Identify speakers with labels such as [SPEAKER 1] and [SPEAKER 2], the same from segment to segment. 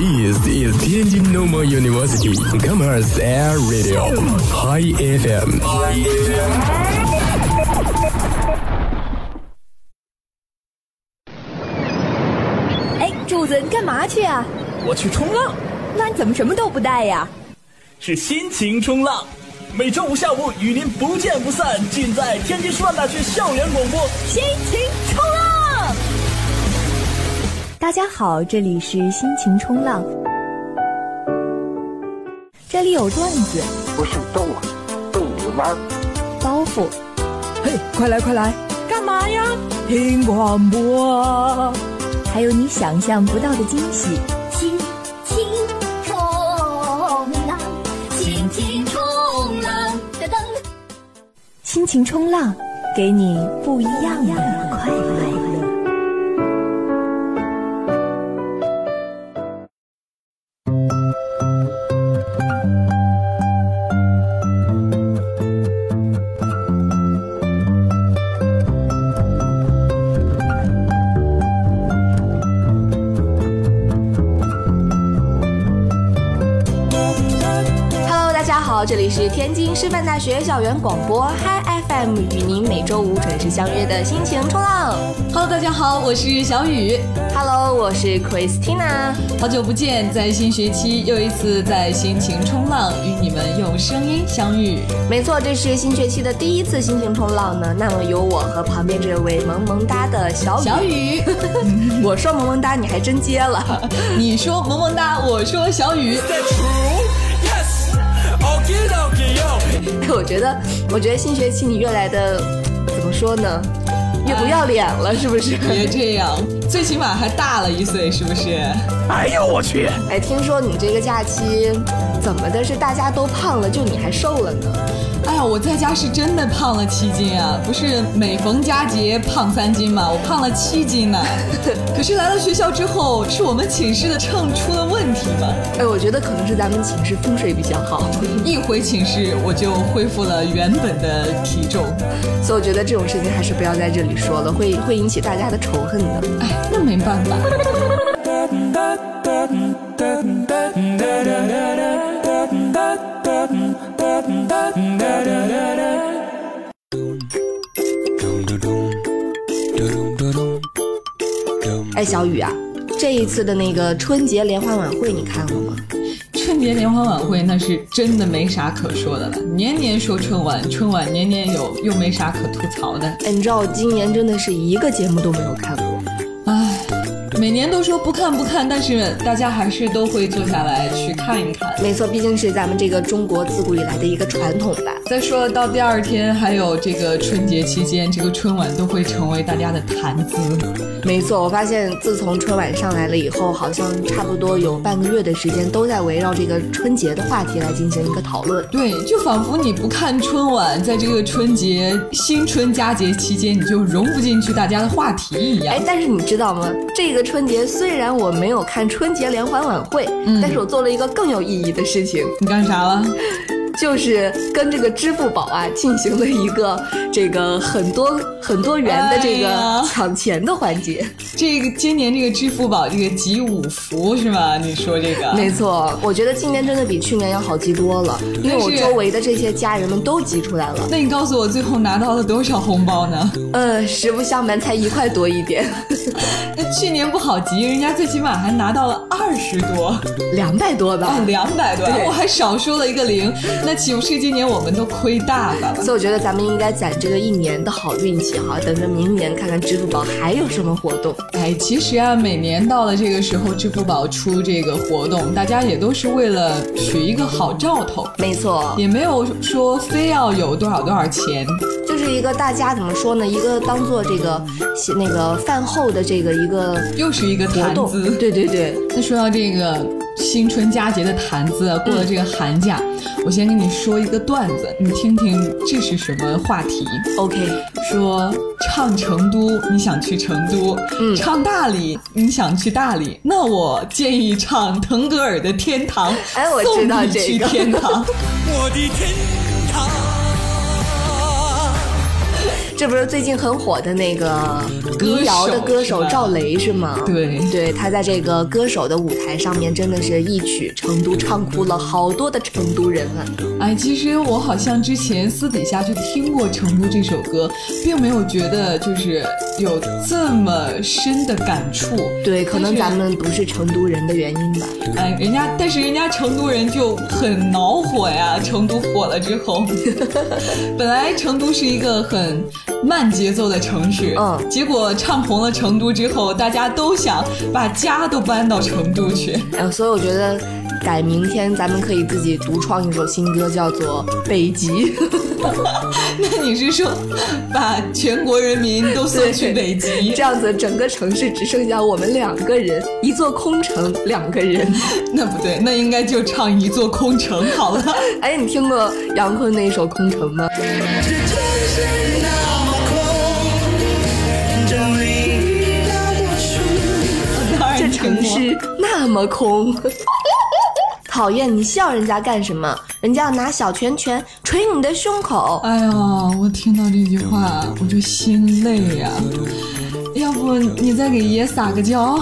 [SPEAKER 1] is Tianjin Normal University Commerce Air Radio High FM。
[SPEAKER 2] 哎，柱子，你干嘛去啊？
[SPEAKER 3] 我去冲浪，
[SPEAKER 2] 那你怎么什么都不带呀？
[SPEAKER 3] 是心情冲浪。每周五下午与您不见不散，尽在天津师范大学校园广播。
[SPEAKER 2] 心情冲浪。大家好，这里是心情冲浪，这里有段子、
[SPEAKER 4] 不是逗啊，逗你玩儿。
[SPEAKER 2] 包袱、
[SPEAKER 3] 嘿，快来快来，干嘛呀？听广播。
[SPEAKER 2] 还有你想象不到的惊喜。
[SPEAKER 5] 轻轻冲浪，轻轻冲啊浪，噔噔。
[SPEAKER 2] 心情冲浪，给你不一样的快乐。
[SPEAKER 6] Hello，大家好，这里是天津师范大学校园广播 Hi FM，与您每周五准时相约的心情冲浪。
[SPEAKER 7] Hello，大家好，我是小雨，
[SPEAKER 6] Hello，我是 Christina。
[SPEAKER 7] 好久不见，在新学期又一次在心情冲浪与你们用声音相遇。
[SPEAKER 6] 没错，这是新学期的第一次心情冲浪呢。那么由我和旁边这位萌萌哒的小雨，
[SPEAKER 7] 小雨，
[SPEAKER 6] 我说萌萌哒，你还真接了。
[SPEAKER 7] 你说萌萌哒，我说 小雨，
[SPEAKER 6] 我觉得，我觉得新学期你越来的怎么说呢，越不要脸了，是不是？
[SPEAKER 7] 别这样，最起码还大了一岁，是不是？
[SPEAKER 3] 哎呦我去！
[SPEAKER 6] 哎，听说你这个假期怎么的是大家都胖了，就你还瘦了呢？
[SPEAKER 7] 哎呀，我在家是真的胖了七斤啊！不是每逢佳节胖三斤嘛，我胖了七斤呢、可是来到学校之后，是我们寝室的秤出了问题嘛？
[SPEAKER 6] 哎，我觉得可能是咱们寝室风水比较好，
[SPEAKER 7] 一回寝室我就恢复了原本的体重。
[SPEAKER 6] 所以我觉得这种事情还是不要在这里说了，会会引起大家的仇恨的。
[SPEAKER 7] 哎，那没办法。
[SPEAKER 6] 哎，小雨啊，这一次的那个春节联欢晚会你看了吗？
[SPEAKER 7] 春节联欢晚会那是真的没啥可说的了，年年说春晚，春晚年年有，又没啥可吐槽的。
[SPEAKER 6] 哎，你知道我今年真的是一个节目都没有看过。
[SPEAKER 7] 唉，哎每年都说不看不看，但是大家还是都会坐下来去看一看。
[SPEAKER 6] 没错，毕竟是咱们这个中国自古以来的一个传统吧。
[SPEAKER 7] 再说到第二天，还有这个春节期间，这个春晚都会成为大家的谈资。
[SPEAKER 6] 没错，我发现自从春晚上来了以后，好像差不多有半个月的时间都在围绕这个春节的话题来进行一个讨论。
[SPEAKER 7] 对，就仿佛你不看春晚，在这个春节、新春佳节期间，你就融不进去大家的话题一样
[SPEAKER 6] 哎。，但是你知道吗？这个春节虽然我没有看春节联欢晚会，
[SPEAKER 7] 嗯
[SPEAKER 6] 但是我做了一个更有意义的事情，
[SPEAKER 7] 你干啥了？
[SPEAKER 6] 就是跟这个支付宝啊进行了一个这个很多很多元的这
[SPEAKER 7] 哎呀
[SPEAKER 6] 个抢钱的环节。
[SPEAKER 7] 这个今年这个支付宝这个集五福是吗？你说这个？
[SPEAKER 6] 没错，我觉得今年真的比去年要好记多了，因为我
[SPEAKER 7] 但是
[SPEAKER 6] 周围的这些家人们都集出来了。
[SPEAKER 7] 那你告诉我最后拿到了多少红包呢？
[SPEAKER 6] 呃，实不相瞒，才一块多一点，
[SPEAKER 7] 那去年不好集，人家最起码还拿到了二十多，
[SPEAKER 6] 哦两百多吧。
[SPEAKER 7] 啊，两百多，
[SPEAKER 6] 对
[SPEAKER 7] 我还少说了一个零，那岂不是今年我们都亏大发了？
[SPEAKER 6] 所以我觉得咱们应该攒这个一年的好运气哈，等着明年看看支付宝还有什么活动。
[SPEAKER 7] 哎，其实啊，每年到了这个时候，支付宝出这个活动，大家也都是为了取一个好兆头，
[SPEAKER 6] 没错，
[SPEAKER 7] 也没有说非要有多少多少钱。
[SPEAKER 6] 就是一个大家怎么说呢？一个当做这个那个饭后的这个一个
[SPEAKER 7] 又是一个
[SPEAKER 6] 活
[SPEAKER 7] 谈
[SPEAKER 6] 动
[SPEAKER 7] 资，。
[SPEAKER 6] 对对对，
[SPEAKER 7] 那说到这个新春佳节的谈资啊，过了这个
[SPEAKER 6] 嗯
[SPEAKER 7] 寒假，我先跟你说一个段子，你听听这是什么话题？
[SPEAKER 6] OK，
[SPEAKER 7] 说唱成都，你想去成都；
[SPEAKER 6] 嗯
[SPEAKER 7] 唱大理，你想去大理。那我建议唱腾格尔的《天堂》，
[SPEAKER 6] 哎我知道这个
[SPEAKER 7] 送你去天堂。
[SPEAKER 3] 我的天堂。
[SPEAKER 6] 这不是最近很火的那个民谣的歌手赵雷是吗？
[SPEAKER 7] 对
[SPEAKER 6] 对，他在这个歌手的舞台上面，真的是一曲《成都》唱哭了好多的成都人啊！
[SPEAKER 7] 哎，其实我好像之前私底下就听过《成都》这首歌，并没有觉得就是有这么深的感触。
[SPEAKER 6] 对，可能咱们不是成都人的原因吧。
[SPEAKER 7] 哎，人家但是人家成都人就很恼火呀！成都火了之后， 本来成都是一个很慢节奏的城市，
[SPEAKER 6] 嗯，
[SPEAKER 7] 结果唱红了成都之后，大家都想把家都搬到成都去。
[SPEAKER 6] 哎，所以我觉得改明天咱们可以自己独创一首新歌，叫做《北极》。
[SPEAKER 7] 那你是说把全国人民都送去北极？
[SPEAKER 6] 这样子整个城市只剩下我们两个人，一座空城，两个人。
[SPEAKER 7] 那不对，那应该就唱一座空城好了。
[SPEAKER 6] 哎，你听过杨坤那一首《空城》吗？这城市那么空，这美丽 这城市那么空。 讨厌！你笑人家干什么？人家要拿小拳拳捶你的胸口。
[SPEAKER 7] 哎呀，我听到这句话我就心累呀、啊！要不你再给爷撒个娇？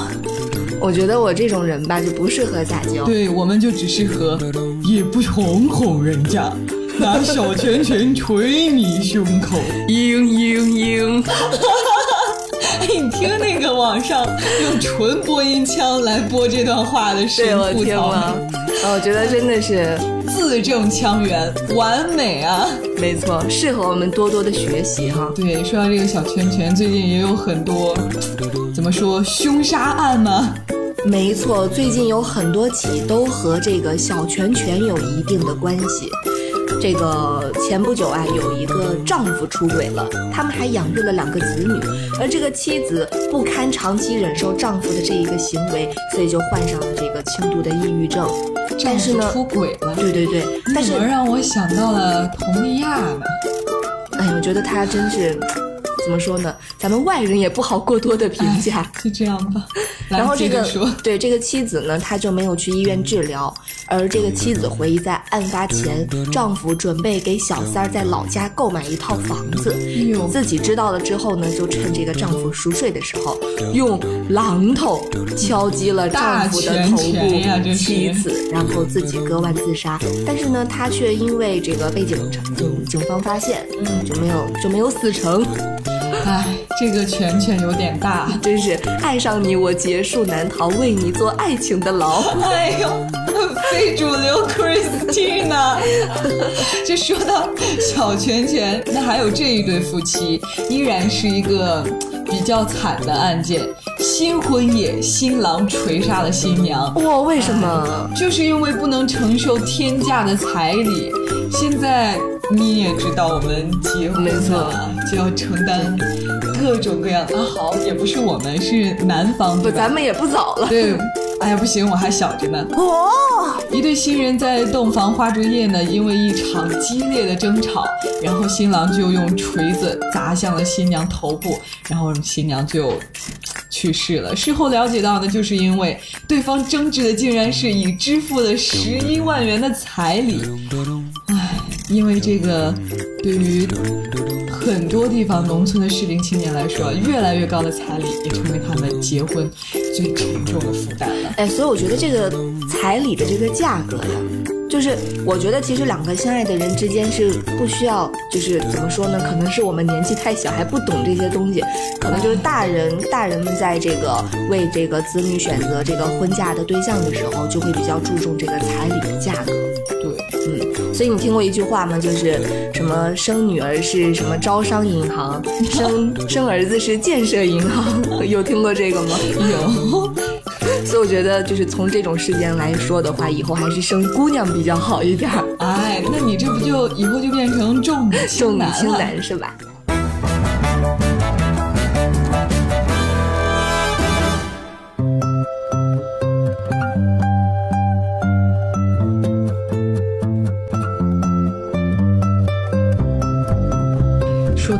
[SPEAKER 6] 我觉得我这种人吧，就不适合撒娇。
[SPEAKER 7] 对，我们就只适合，也不哄哄人家，拿小拳拳捶你胸口。
[SPEAKER 6] 嘤嘤嘤！
[SPEAKER 7] 哎，你听那个网上用纯播音腔来播这段话的是
[SPEAKER 6] 我听了，啊我觉得真的是
[SPEAKER 7] 字正腔圆，完美啊！
[SPEAKER 6] 没错，适合我们多多的学习哈。
[SPEAKER 7] 对，说到这个小圈圈，最近也有很多，怎么说凶杀案吗？
[SPEAKER 6] 没错，最近有很多起都和这个小拳拳有一定的关系。这个前不久啊，有一个丈夫出轨了，他们还养育了两个子女，而这个妻子不堪长期忍受丈夫的这一个行为，所以就患上了这个轻度的抑郁症。但是呢，
[SPEAKER 7] 出轨了，
[SPEAKER 6] 对对对，但是
[SPEAKER 7] 让我想到了佟丽娅呢。
[SPEAKER 6] 哎，我觉得她真是。怎么说呢？咱们外人也不好过多的评价，
[SPEAKER 7] 就这样吧。
[SPEAKER 6] 然后这个
[SPEAKER 7] 说
[SPEAKER 6] 对这个妻子呢，她就没有去医院治疗，而这个妻子回忆，在案发前，丈夫准备给小三儿在老家购买一套房子，自己知道了之后呢，就趁这个丈夫熟睡的时候，用榔头敲击了丈夫的头部、妻子，然后自己割腕自杀。但是呢，她却因为这个被警警警方发现，嗯，就没有就没有死成。
[SPEAKER 7] 唉，哎这个拳拳有点大，
[SPEAKER 6] 真是爱上你我劫数难逃，为你做爱情的牢。
[SPEAKER 7] 哎呦，非主流 Christina，这说到小拳拳，那还有这一对夫妻，依然是一个比较惨的案件，新婚夜新郎锤杀了新娘。
[SPEAKER 6] 哇、哦，为什么？
[SPEAKER 7] 就是因为不能承受天价的彩礼。现在。你也知道，我们结婚了就要承担各种各样啊。好，也不是我们，是男方。
[SPEAKER 6] 不，咱们也不早了。
[SPEAKER 7] 对，哎呀，不行，我还小着呢。
[SPEAKER 6] 哦，
[SPEAKER 7] 一对新人在洞房花烛夜呢，因为一场激烈的争吵，然后新郎就用锤子砸向了新娘头部，然后新娘就去世了。事后了解到呢，就是因为对方争执的竟然是已支付了十一万元的彩礼。因为这个，对于很多地方农村的适龄青年来说，越来越高的彩礼也成为他们结婚最沉重的负担了。
[SPEAKER 6] 哎，所以我觉得这个彩礼的这个价格呀，就是我觉得其实两个相爱的人之间是不需要，就是怎么说呢？可能是我们年纪太小，还不懂这些东西，可能就是大人大人们在这个为这个子女选择这个婚嫁的对象的时候，就会比较注重这个彩礼的价格。
[SPEAKER 7] 对。
[SPEAKER 6] 嗯，所以你听过一句话吗？就是什么生女儿是什么招商银行，生生儿子是建设银行，有听过这个吗？
[SPEAKER 7] 有。
[SPEAKER 6] 所以我觉得，就是从这种事件来说的话，以后还是生姑娘比较好一点。
[SPEAKER 7] 哎，那你这不就以后就变成重女
[SPEAKER 6] 重女轻男是吧？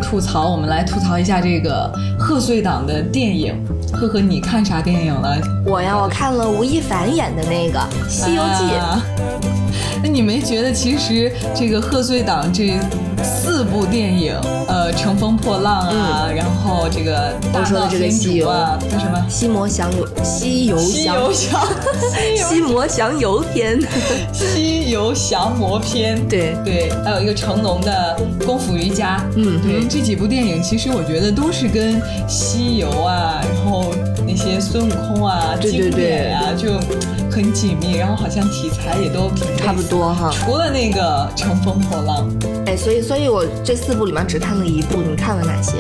[SPEAKER 7] 吐槽，我们来吐槽一下这个贺岁档的电影。赫赫，你看啥电影了？
[SPEAKER 6] 我呀，我看了吴亦凡演的那个《西游记》
[SPEAKER 7] 啊。哎那你没觉得其实这个贺岁档这四部电影，呃，《乘风破浪》啊，然后这个《大
[SPEAKER 6] 嗯我说的
[SPEAKER 7] 闹
[SPEAKER 6] 这个
[SPEAKER 7] 天
[SPEAKER 6] 西
[SPEAKER 7] 竺》
[SPEAKER 6] 游
[SPEAKER 7] 啊，叫什么？
[SPEAKER 6] 西摩降游，西游
[SPEAKER 7] 西游
[SPEAKER 6] 降，
[SPEAKER 7] 降，
[SPEAKER 6] 西摩降游篇，
[SPEAKER 7] 西游降魔篇，
[SPEAKER 6] 对
[SPEAKER 7] 对，还有一个成龙的《功夫瑜伽》，
[SPEAKER 6] 嗯
[SPEAKER 7] 对，这几部电影其实我觉得都是跟西游啊，然后那些孙悟空啊、
[SPEAKER 6] 对对
[SPEAKER 7] 经典啊，就很紧密，然后好像题材也都挺类似
[SPEAKER 6] 差不。多哈。
[SPEAKER 7] 除了那个《乘风破浪》，
[SPEAKER 6] 哎，所以，所以我这四部里面只看了一部，你看了哪些？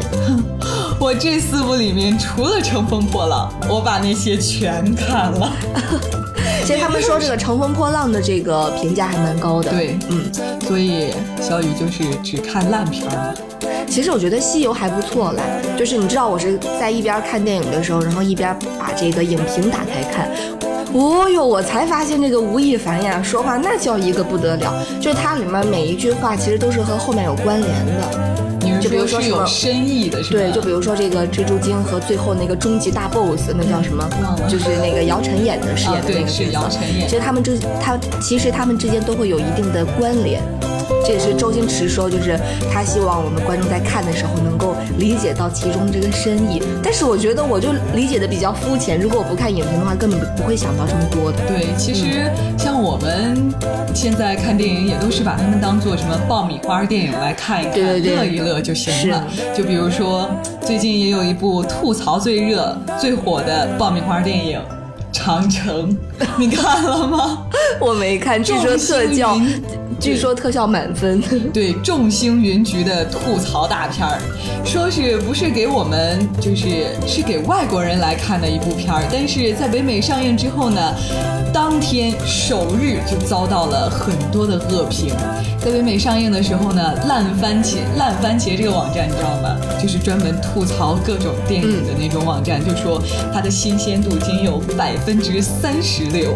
[SPEAKER 7] 我这四部里面除了《乘风破浪》，我把那些全看了。
[SPEAKER 6] 其实他们说这个《乘风破浪》的这个评价还蛮高的。，
[SPEAKER 7] 对，
[SPEAKER 6] 嗯，
[SPEAKER 7] 所以小雨就是只看烂片儿。
[SPEAKER 6] 其实我觉得《西游》还不错啦，就是你知道我是在一边看电影的时候，然后一边把这个影评打开看。哦哟，我才发现这个吴亦凡呀，说话那叫一个不得了，就是他里面每一句话其实都是和后面有关联的。
[SPEAKER 7] 你是
[SPEAKER 6] 就比如说
[SPEAKER 7] 是
[SPEAKER 6] 什
[SPEAKER 7] 有
[SPEAKER 6] 么
[SPEAKER 7] 深意的，是吧？
[SPEAKER 6] 对，就比如说这个蜘蛛精和最后那个终极大 BOSS，那叫什么
[SPEAKER 7] 忘了？
[SPEAKER 6] 就是那个姚晨演的饰演
[SPEAKER 7] 啊
[SPEAKER 6] 的
[SPEAKER 7] 对
[SPEAKER 6] 那个
[SPEAKER 7] 是
[SPEAKER 6] 角色
[SPEAKER 7] 姚晨演
[SPEAKER 6] 其实他们之他其实他们之间都会有一定的关联。这也是周星驰说，就是他希望我们观众在看的时候能够理解到其中这个深意。但是我觉得我就理解的比较肤浅，如果我不看影评的话，根本不会想到这么多的。
[SPEAKER 7] 对，其实
[SPEAKER 6] 嗯
[SPEAKER 7] 像我们现在看电影，也都是把它们当做什么爆米花电影来看一看，
[SPEAKER 6] 对对对
[SPEAKER 7] 乐一乐就行了。就比如说，最近也有一部吐槽最热、最火的爆米花电影《长城》，你看了吗？
[SPEAKER 6] 我没看， 据说
[SPEAKER 7] 众星
[SPEAKER 6] 特效
[SPEAKER 7] 云，
[SPEAKER 6] 据说特效满分。
[SPEAKER 7] 对众星云集的吐槽大片儿，说是不是给我们，就是是给外国人来看的一部片儿，但是在北美上映之后呢，当天首日就遭到了很多的恶评。在北美上映的时候呢，烂番茄烂番茄这个网站你知道吗？就是专门吐槽各种电影的那种网站，就说它的新鲜度仅有百分之三十六。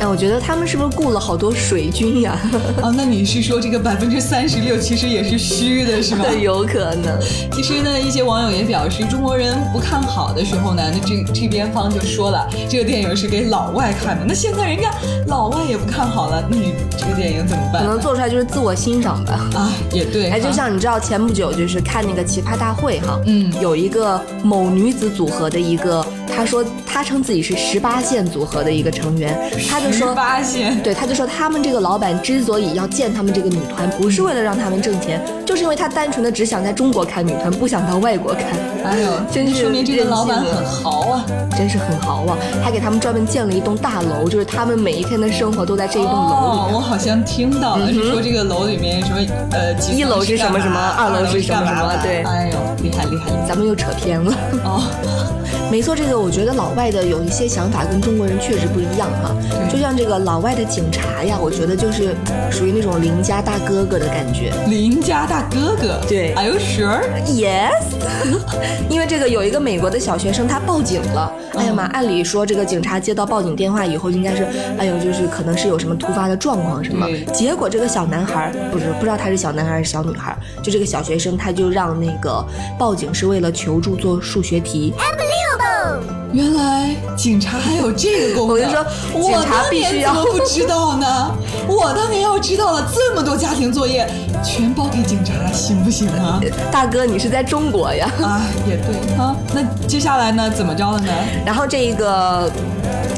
[SPEAKER 6] 哎，我觉得他们是不是雇了好多水军呀？
[SPEAKER 7] 哦，那你是说这个百分之三十六其实也是虚的，是吗？
[SPEAKER 6] 有可能。
[SPEAKER 7] 其实呢，一些网友也表示，中国人不看好的时候呢，那这这边方就说了，这个电影是给老外看的。那现在人家老外也不看好了，那你这个电影怎么办
[SPEAKER 6] 可能做出来就是自我欣赏吧。
[SPEAKER 7] 啊？也对，
[SPEAKER 6] 哎，就
[SPEAKER 7] 哈
[SPEAKER 6] 像你知道，前不久就是看那个《奇葩大会》哈，
[SPEAKER 7] 嗯
[SPEAKER 6] 有一个某女子组合的一个，她说她称自己是十八线组合的一个成员，她就
[SPEAKER 7] 十
[SPEAKER 6] 说。
[SPEAKER 7] 八线，
[SPEAKER 6] 对，她就说他们这个老板之所以要建他们这个女团，不是为了让他们挣钱，就是因为他单纯的只想在中国开女团，不想到外国开，
[SPEAKER 7] 哎呦，
[SPEAKER 6] 真
[SPEAKER 7] 那
[SPEAKER 6] 是
[SPEAKER 7] 说明这个
[SPEAKER 6] 任
[SPEAKER 7] 老板
[SPEAKER 6] 性的
[SPEAKER 7] 很豪啊！
[SPEAKER 6] 真是很豪啊！还给他们专门建了一栋大楼，就是他们每一天的生活都在这一栋楼里嗯
[SPEAKER 7] 哦，我好像听到了，是说这个楼里面什么呃，几
[SPEAKER 6] 一
[SPEAKER 7] 层
[SPEAKER 6] 楼是什么
[SPEAKER 7] 干嘛
[SPEAKER 6] 什么二楼
[SPEAKER 7] 楼
[SPEAKER 6] 是什么
[SPEAKER 7] 干
[SPEAKER 6] 什么
[SPEAKER 7] 的
[SPEAKER 6] 对
[SPEAKER 7] 哎呦，厉害厉害厉害！
[SPEAKER 6] 咱们又扯偏了。
[SPEAKER 7] 哦，
[SPEAKER 6] 没错，这个我觉得老外的有一些想法跟中国人确实不一样哈、就像这个老外的警察呀，我觉得就是属于那种邻家大哥哥的感觉。
[SPEAKER 7] 邻家大哥哥，哎
[SPEAKER 6] 对
[SPEAKER 7] ，Are you sure？
[SPEAKER 6] Yes，因为这个有一个美国的小学生他报警了，哎呀妈！按理说这个警察接到报警电话以后，应该是哎呦，就是可能是有什么突发的状况什么
[SPEAKER 7] 对。
[SPEAKER 6] 结果这个小男孩儿不是不知道他是小男孩还是小女孩儿，就这个小学生他就让那个报警是为了求助做数学题，
[SPEAKER 7] 原来警察还有这个功能。
[SPEAKER 6] 我跟你说警察必须要
[SPEAKER 7] 我当年怎么不知道 呢？我当年要知道了这么多家庭作业，全包给警察，行不行 啊？
[SPEAKER 6] 大哥你是在中国呀？
[SPEAKER 7] 啊，也对啊。那接下来呢？怎么着了呢？
[SPEAKER 6] 然后这一个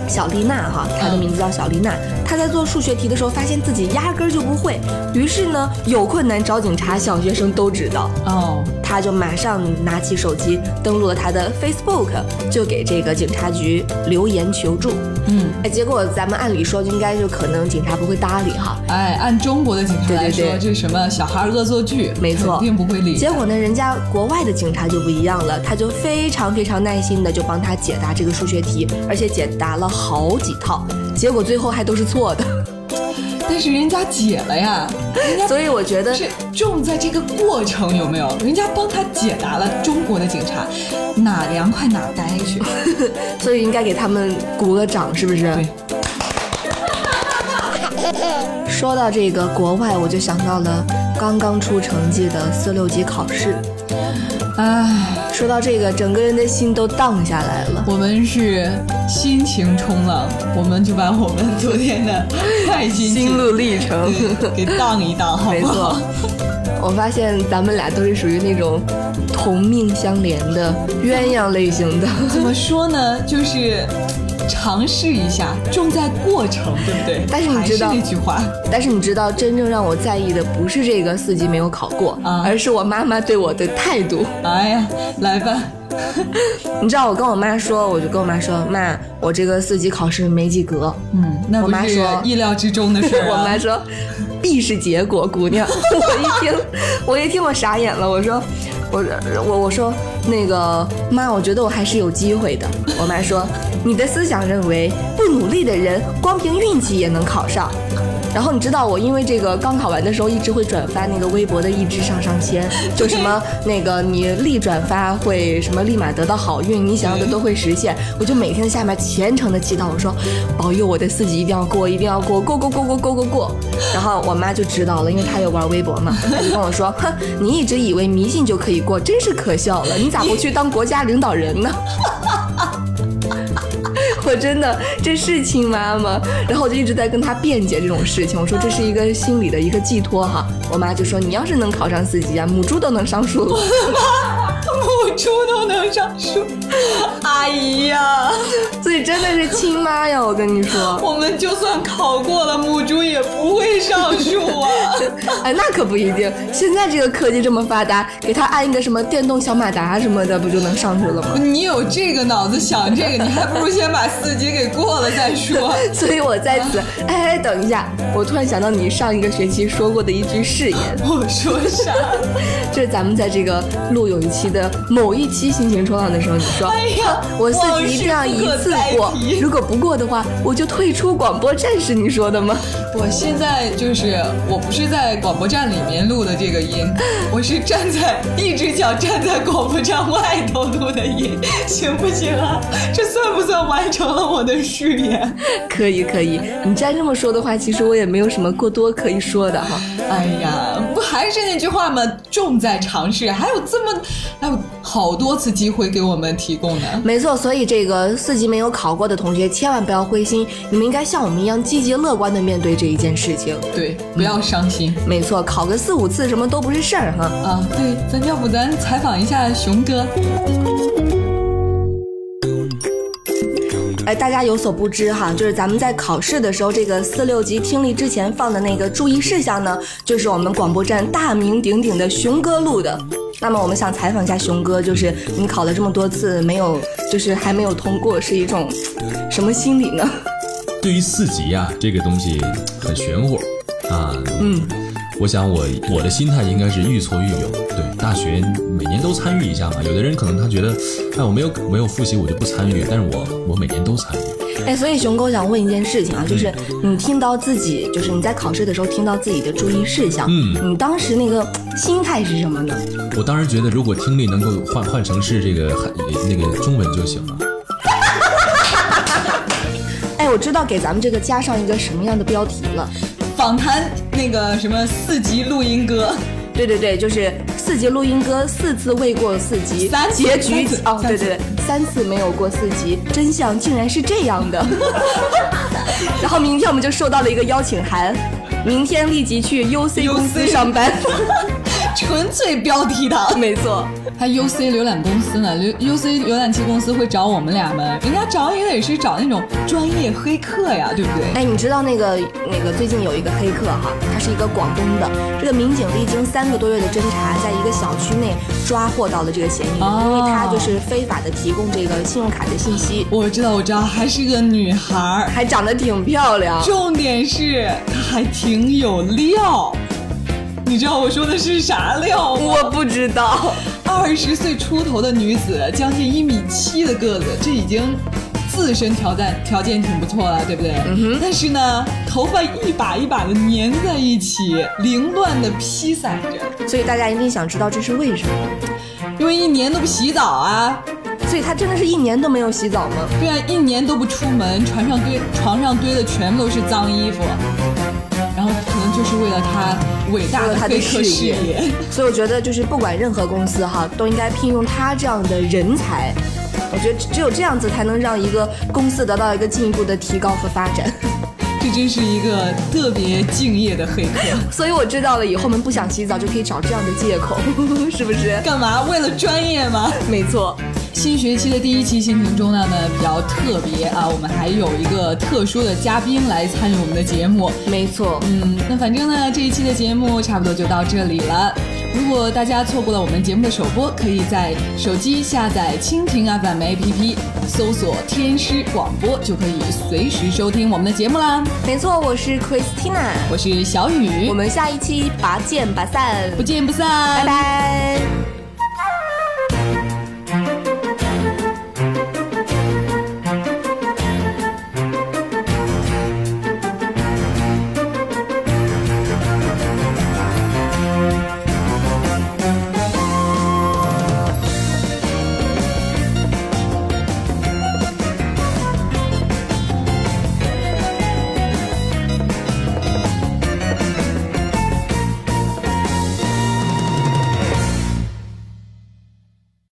[SPEAKER 6] 小丽娜哈，她的名字叫小丽娜，她在做数学题的时候，发现自己压根儿就不会，于是呢有困难找警察，小学生都知道。
[SPEAKER 7] 哦，
[SPEAKER 6] 她就马上拿起手机登录了她的 Facebook，就给这个警察局留言求助。
[SPEAKER 7] 嗯，
[SPEAKER 6] 哎，结果咱们按理说就应该就可能警察不会搭理哈，
[SPEAKER 7] 哎，按中国的警察来说，
[SPEAKER 6] 对对对
[SPEAKER 7] 这什么小孩恶作剧，
[SPEAKER 6] 没错
[SPEAKER 7] 肯定不会理。
[SPEAKER 6] 结果呢，人家国外的警察就不一样了，他就非常非常耐心的就帮他解答这个数学题，而且解答了好几套，结果最后还都是错的。
[SPEAKER 7] 但是人家解了呀，人家
[SPEAKER 6] 所以我觉得
[SPEAKER 7] 是重在这个过程有没有？人家帮他解答了，中国的警察哪凉快哪呆 去。
[SPEAKER 6] 所以应该给他们鼓个掌，是不是？
[SPEAKER 7] 对
[SPEAKER 6] 说到这个国外，我就想到了刚刚出成绩的四六级考试。
[SPEAKER 7] 唉，
[SPEAKER 6] 说到这个，整个人的心都荡下来了。
[SPEAKER 7] 我们是心情冲浪，我们就把我们昨天的开心
[SPEAKER 6] 心路历程
[SPEAKER 7] 给荡一荡，好
[SPEAKER 6] 没
[SPEAKER 7] 不
[SPEAKER 6] 错
[SPEAKER 7] 好？，
[SPEAKER 6] 我发现咱们俩都是属于那种同命相连的鸳鸯类型的。
[SPEAKER 7] 怎么说呢？就是尝试一下，重在过程，对不对？
[SPEAKER 6] 但是你知道
[SPEAKER 7] 还是那句话，
[SPEAKER 6] 但是你知道，真正让我在意的不是这个四级没有考过，
[SPEAKER 7] 啊
[SPEAKER 6] 而是我妈妈对我的态度。
[SPEAKER 7] 哎呀，来吧，
[SPEAKER 6] 你知道，我跟我妈说，我就跟我妈说，妈，我这个四级考试没及格。
[SPEAKER 7] 嗯，那
[SPEAKER 6] 我
[SPEAKER 7] 不
[SPEAKER 6] 妈
[SPEAKER 7] 是
[SPEAKER 6] 说
[SPEAKER 7] 意料之中的事儿、啊。
[SPEAKER 6] 我妈说，必是结果，姑娘。 我一听，我一听，我傻眼了。我说，我我我说那个妈，我觉得我还是有机会的。我妈说，你的思想认为不努力的人，光凭运气也能考上。然后你知道我因为这个刚考完的时候一直会转发那个微博的一枝上上签，就什么那个你立转发会什么立马得到好运，你想要的都会实现。我就每天下面虔诚的祈祷，我说保佑我的四级一定要过，一定要过，过过过过过过过。然后我妈就知道了，因为她有玩微博嘛，她就跟我说，哼，你一直以为迷信就可以过，真是可笑了，你咋不去当国家领导人呢？我真的这是亲妈吗？然后我就一直在跟她辩解这种事情，我说这是一个心理的一个寄托哈。我妈就说你要是能考上四级啊，母猪都能上树了。
[SPEAKER 7] 母猪都能上树，哎呀，
[SPEAKER 6] 所以真的是亲妈呀，我跟你说，
[SPEAKER 7] 我们就算考过了，母猪也不会上树啊。
[SPEAKER 6] 哎，那可不一定。现在这个科技这么发达，给她安一个什么电动小马达什么的，不就能上去了吗？
[SPEAKER 7] 你有这个脑子想这个，你还不如先把四级给过了再说。
[SPEAKER 6] 所以我在此，哎哎，等一下，我突然想到你上一个学期说过的一句誓言，
[SPEAKER 7] 我说啥？
[SPEAKER 6] 这是咱们在这个录有一期的某一期心情冲浪的时候，你说，
[SPEAKER 7] 哎呀，
[SPEAKER 6] 我四级一定要一次过
[SPEAKER 7] 往事不可再，提
[SPEAKER 6] 如果不过的话，我就退出广播站，是你说的吗？
[SPEAKER 7] 我现在就是，我不是在广播站里面录的这个音，我是站在一只脚站在广播站外头录的音，行不行啊？这算不算完成了我的誓言？
[SPEAKER 6] 可以，可以。你再这么说的话，其实我也没有什么过多可以说的哈。
[SPEAKER 7] 哎呀，不还是那句话吗？重在尝试，还有这么，还有好多次机会给我们提供呢。
[SPEAKER 6] 没错，所以这个四级没有考过的同学，千万不要灰心，你们应该像我们一样积极乐观的面对这一件事情。
[SPEAKER 7] 对，不要伤心、
[SPEAKER 6] 没错，考个四五次什么都不是事儿哈。
[SPEAKER 7] 啊！对，咱要不咱采访一下熊哥？
[SPEAKER 6] 哎，大家有所不知哈，就是咱们在考试的时候，这个四六级听力之前放的那个注意事项呢，就是我们广播站大名鼎鼎的熊哥录的。那么我们想采访一下熊哥，就是你考了这么多次没有，就是还没有通过，是一种什么心理呢？
[SPEAKER 8] 对于四级啊这个东西很玄乎啊，嗯，我想我我的心态应该是愈挫愈勇。对，大学每年都参与一下嘛。有的人可能他觉得，哎，我没有没有复习，我就不参与。但是我我每年都参与。
[SPEAKER 6] 哎，所以熊哥我想问一件事情啊，就是你听到自己，就是你在考试的时候听到自己的注意事项，
[SPEAKER 8] 嗯
[SPEAKER 6] 你当时那个心态是什么呢？
[SPEAKER 8] 我当时觉得，如果听力能够换换成是这个汉那个中文就行了。
[SPEAKER 6] 哎，我知道给咱们这个加上一个什么样的标题了。
[SPEAKER 7] 访谈那个什么四级录音哥，
[SPEAKER 6] 对对对，就是四级录音哥四次未过四级，
[SPEAKER 7] 三次
[SPEAKER 6] 结局
[SPEAKER 7] 三次
[SPEAKER 6] 哦，
[SPEAKER 7] 三
[SPEAKER 6] 对
[SPEAKER 7] 次
[SPEAKER 6] 对对，三次没有过四级，真相竟然是这样的。 然后明天我们就收到了一个邀请函，明天立即去 UC 公司
[SPEAKER 7] UC
[SPEAKER 6] 上班。
[SPEAKER 7] 纯粹标题党。
[SPEAKER 6] 没错，
[SPEAKER 7] 还 UC 浏览公司呢，U UC 浏览器公司会找我们俩吗？人家找也得是找那种专业黑客呀，对不对？
[SPEAKER 6] 哎，你知道那个那个最近有一个黑客哈，他是一个广东的，这个民警历经三个多月的侦查，在一个小区内抓获到了这个嫌疑人，
[SPEAKER 7] 哦
[SPEAKER 6] 因为他就是非法的提供这个信用卡的信息，
[SPEAKER 7] 我知道，我知道，还是个女孩儿，
[SPEAKER 6] 还长得挺漂亮。
[SPEAKER 7] 重点是她还挺有料。你知道我说的是啥料吗？
[SPEAKER 6] 我不知道。
[SPEAKER 7] 二十岁出头的女子，将近一米七的个子，这已经自身条件条件挺不错了，对不对？嗯哼。但是呢，头发一把一把的粘在一起，凌乱的披散着，
[SPEAKER 6] 所以大家一定想知道这是为什么。
[SPEAKER 7] 因为一年都不洗澡啊，
[SPEAKER 6] 所以他真的是一年都没有洗澡吗？
[SPEAKER 7] 对啊，一年都不出门，床上堆床上堆的全部都是脏衣服，然后可能就是为了他伟大
[SPEAKER 6] 为了
[SPEAKER 7] 的
[SPEAKER 6] 他的
[SPEAKER 7] 黑客事
[SPEAKER 6] 事业
[SPEAKER 7] 业。
[SPEAKER 6] 所以我觉得就是不管任何公司哈，都应该聘用他这样的人才。我觉得只有这样子才能让一个公司得到一个进一步的提高和发展。
[SPEAKER 7] 这真是一个特别敬业的黑客。
[SPEAKER 6] 所以我知道了以后，我们不想洗澡就可以找这样的借口， 是不是？
[SPEAKER 7] 干嘛？为了专业吗？
[SPEAKER 6] 没错，
[SPEAKER 7] 新学期的第一期心情中呢呢比较特别啊，我们还有一个特殊的嘉宾来参与我们的节目。
[SPEAKER 6] 没错。
[SPEAKER 7] 嗯，那反正呢这一期的节目差不多就到这里了。如果大家错过了我们节目的首播，可以在手机下载蜻蜓 FM APP，搜索“天师广播”，就可以随时收听我们的节目啦。
[SPEAKER 6] 没错，我是 Christina，
[SPEAKER 7] 我是小雨，
[SPEAKER 6] 我们下一期拔剑拔散，
[SPEAKER 7] 不见不散，
[SPEAKER 6] 拜拜。